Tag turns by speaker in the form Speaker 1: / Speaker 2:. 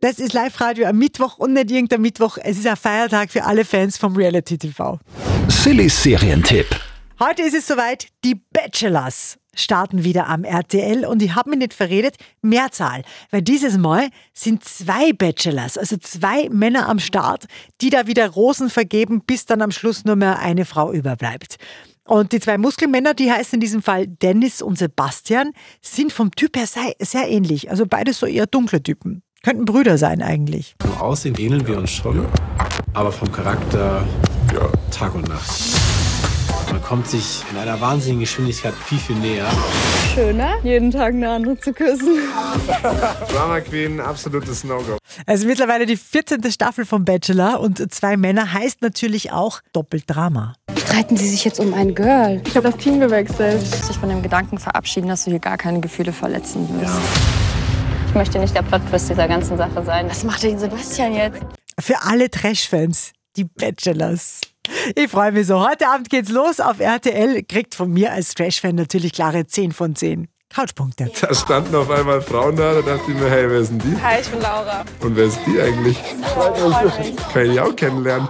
Speaker 1: Das ist Live-Radio am Mittwoch und nicht irgendein Mittwoch. Es ist ein Feiertag für alle Fans vom Reality TV.
Speaker 2: Silly Serientipp.
Speaker 1: Heute ist es soweit, die Bachelors starten wieder am RTL und ich habe mich nicht verredet, Mehrzahl, weil dieses Mal sind zwei Bachelors, also zwei Männer am Start, die da wieder Rosen vergeben, bis dann am Schluss nur mehr eine Frau überbleibt. Und die zwei Muskelmänner, die heißen in diesem Fall Dennis und Sebastian, sind vom Typ her sei- sehr ähnlich, also beides so eher dunkle Typen. Könnten Brüder sein eigentlich.
Speaker 3: Vom Aussehen ähneln wir uns schon, aber vom Charakter Tag und Nacht. Man kommt sich in einer wahnsinnigen Geschwindigkeit viel, viel näher.
Speaker 4: schöner, jeden Tag eine andere zu küssen.
Speaker 5: Drama Queen, absolutes No-Go.
Speaker 1: Also mittlerweile die 14. Staffel vom Bachelor und zwei Männer heißt natürlich auch Doppeldrama.
Speaker 6: Streiten Sie sich jetzt um ein Girl?
Speaker 4: Ich habe das Team gewechselt.
Speaker 7: sich von dem Gedanken verabschieden, dass du hier gar keine Gefühle verletzen wirst.
Speaker 8: Ich möchte nicht der Plot-Twist dieser ganzen Sache sein.
Speaker 7: Was macht denn Sebastian jetzt?
Speaker 1: für alle Trash-Fans, die Bachelors. Ich freue mich so. Heute Abend geht's los auf RTL. Kriegt von mir als Trash-Fan natürlich klare 10 von 10. Couchpunkte.
Speaker 5: Da standen auf einmal Frauen da, da dachte ich mir, hey, wer ist denn die?
Speaker 4: Hi, ich bin Laura.
Speaker 5: Und wer ist die eigentlich? Kann ich die auch kennenlernen.